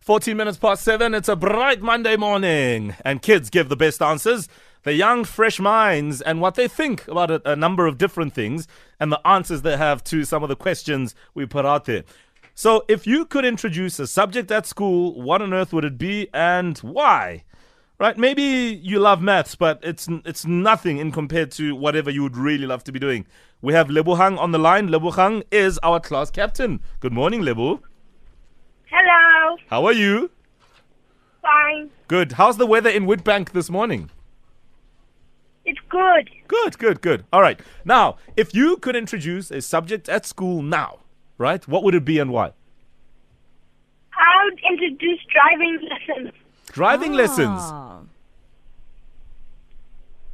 14 minutes past 7. It's a bright Monday morning. And kids give the best answers. The young, fresh minds and what they think about a, a number of different things and the answers they have to some of the questions we put out there. So, if you could introduce a subject at school, what on earth would it be and why? Right? Maybe you love maths, but it's it's nothing in compared to whatever you would really love to be doing. We have Lebuhang on the line. Lebuhang is our class captain. Good morning, Lebu. Hello. How are you? Fine. Good. How's the weather in Woodbank this morning? It's good. Good, good, good. All right. Now, if you could introduce a subject at school now, right? What would it be and why? I would introduce driving lessons. Driving lessons. Ah.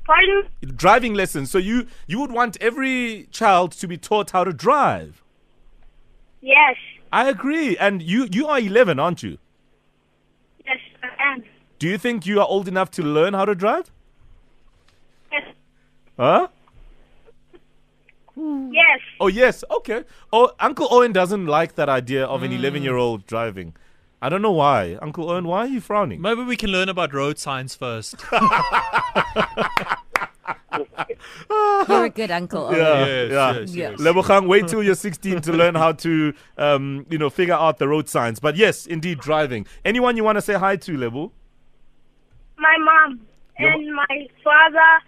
Pardon? Driving lessons. So you you would want every child to be taught how to drive. Yes. I agree. And you you are 11, aren't you? Yes, I am. Do you think you are old enough to learn how to drive? Yes. Huh? Yes. Oh yes, okay. Oh, Uncle Owen doesn't like that idea of an eleven-year-old driving. I don't know why, Uncle Owen. Why are you frowning? Maybe we can learn about road signs first. You're a good uncle. Owen. Yeah, Yes, yeah. yes, Yeah. yes. Lebogang, wait till you're 16 to learn how to, um, you know, figure out the road signs. But yes, indeed, driving. Anyone you want to say hi to, Lebo? My mom Your and my father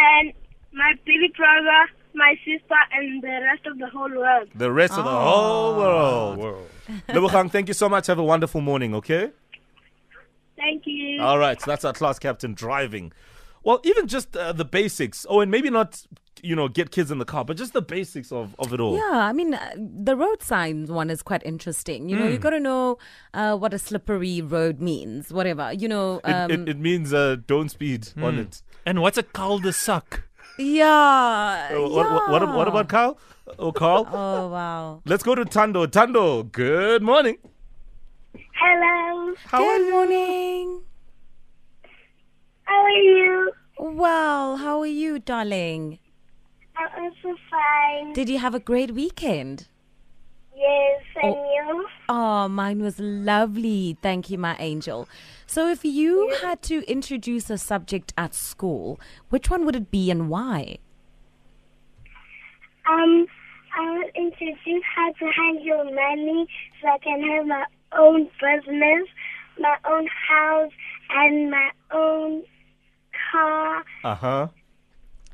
and my baby brother, my sister, and the rest of the whole world. The rest of the Ah. whole world. Lebogang, thank you so much. Have a wonderful morning, okay? Thank you. Uh, All right, so that's our class captain driving. Well, even just uh, the basics. Oh, and maybe not, you know, get kids in the car, but just the basics of, of it all. Yeah, I mean, uh, the road signs one is quite interesting. You know, Hmm. you got to know uh, what a slippery road means, whatever. You know, It, um, Hmm. it, it means uh, don't speed on it. and what's a cul-de-sac? yeah. Uh, What, what, what, what yeah. about Carl? Oh, Carl? Oh, wow. Let's go to Tando. Tando, good morning. Hello. How are Good you? morning. How are you? Well, how are you, darling? I'm also fine. Did you have a great weekend? Yes, and you? Oh, mine was lovely. Thank you, my angel. So, if you had to introduce a subject at school, which one would it be and why? Um, I would introduce how to handle money so I can have my own business, my own house, and my own car Uh huh.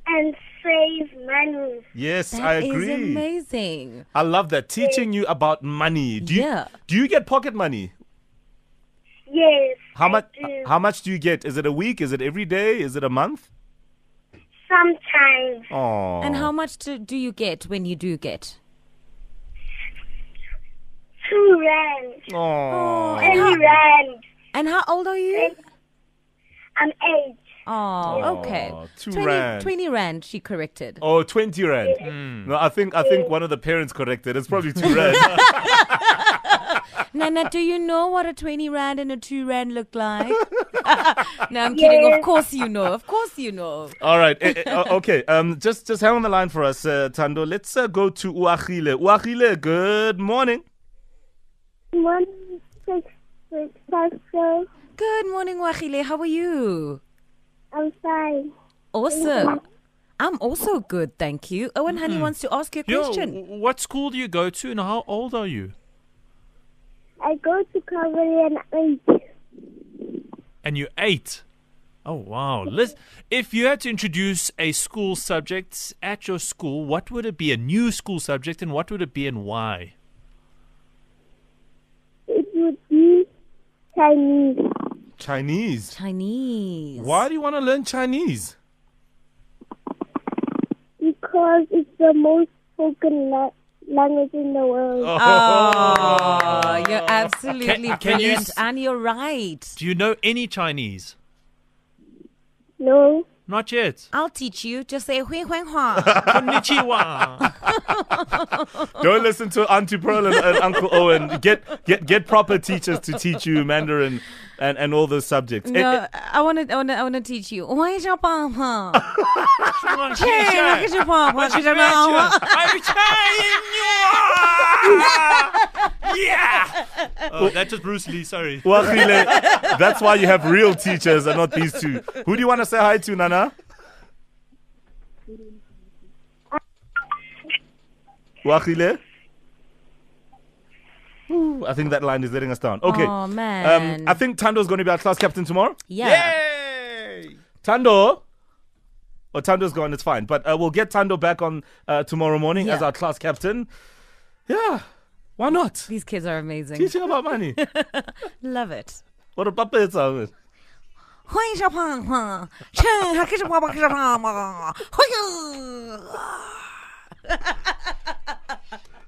and save money. Yes, That I is agree. amazing. I love that. Teaching you about money. Do you, Yeah. Do you get pocket money? Yes. How I much? do. How much do you get? Is it a week? Is it every day? Is it a month? Sometimes Oh. And how much do, do you get when you do get? two rand, Oh. three rand. And how old are you? I'm eight. Oh, okay. two 20, rand. 20 rand, she corrected. Oh, 20 rand. No, I think I think one of the parents corrected. It's probably two rand. Nana, do you know what a 20 rand and a 2 rand look like? no, I'm kidding. Of Yes. course you know. Of course you know. All right. Eh, eh, o- okay. Um, just just hang on the line for us, uh, Tando. Let's uh, go to Uachile. Uachile, good morning. One, six, six, five, six. Good morning, Wahile. How are you? I'm fine. Awesome. I'm also good, thank you. Owen Honey wants to ask you a question. w- what school do you go to and how old are you? I go to Calvary and eight. And you're eight. Oh, wow. Let's, if you had to introduce a school subject at your school, what would it be? A new school subject and what would it be and why? It would be Chinese. Chinese. Chinese. Why do you want to learn Chinese? Because it's the most spoken la- language in the world. Oh, you're absolutely Can- can you brilliant, s- and you're right. Do you know any Chinese? No, Not yet. I'll teach you. Just say hui huan hua. Konnichiwa. Don't listen to Auntie Pearl and, and Uncle Owen. Get get get proper teachers to teach you Mandarin and, and all those subjects. Eh, It- No, it- I want to. I want to. I want to teach you. Why is your papa? Come on, Hey, look Shisha. at your papa. She don't know. I'm trying you. Yeah. Oh, that was Bruce Lee. Sorry. well, Khile, that's why you have real teachers and not these two. Who do you want to say hi to, Nana? Wakhile? Ooh, I think that line is letting us down. Okay. Um, Aw, Oh, man. I think Tando's going to be our class captain tomorrow. Yeah. Yay. Tando. Oh, Tando's gone. It's fine. But uh, we'll get Tando back on uh, tomorrow morning as Yeah. our class captain. Yeah. Why not? These kids are amazing. Teaching about money. Love it. what a papa it's of it. Why is your papa? She- look at your papa, look at your papa. Why you-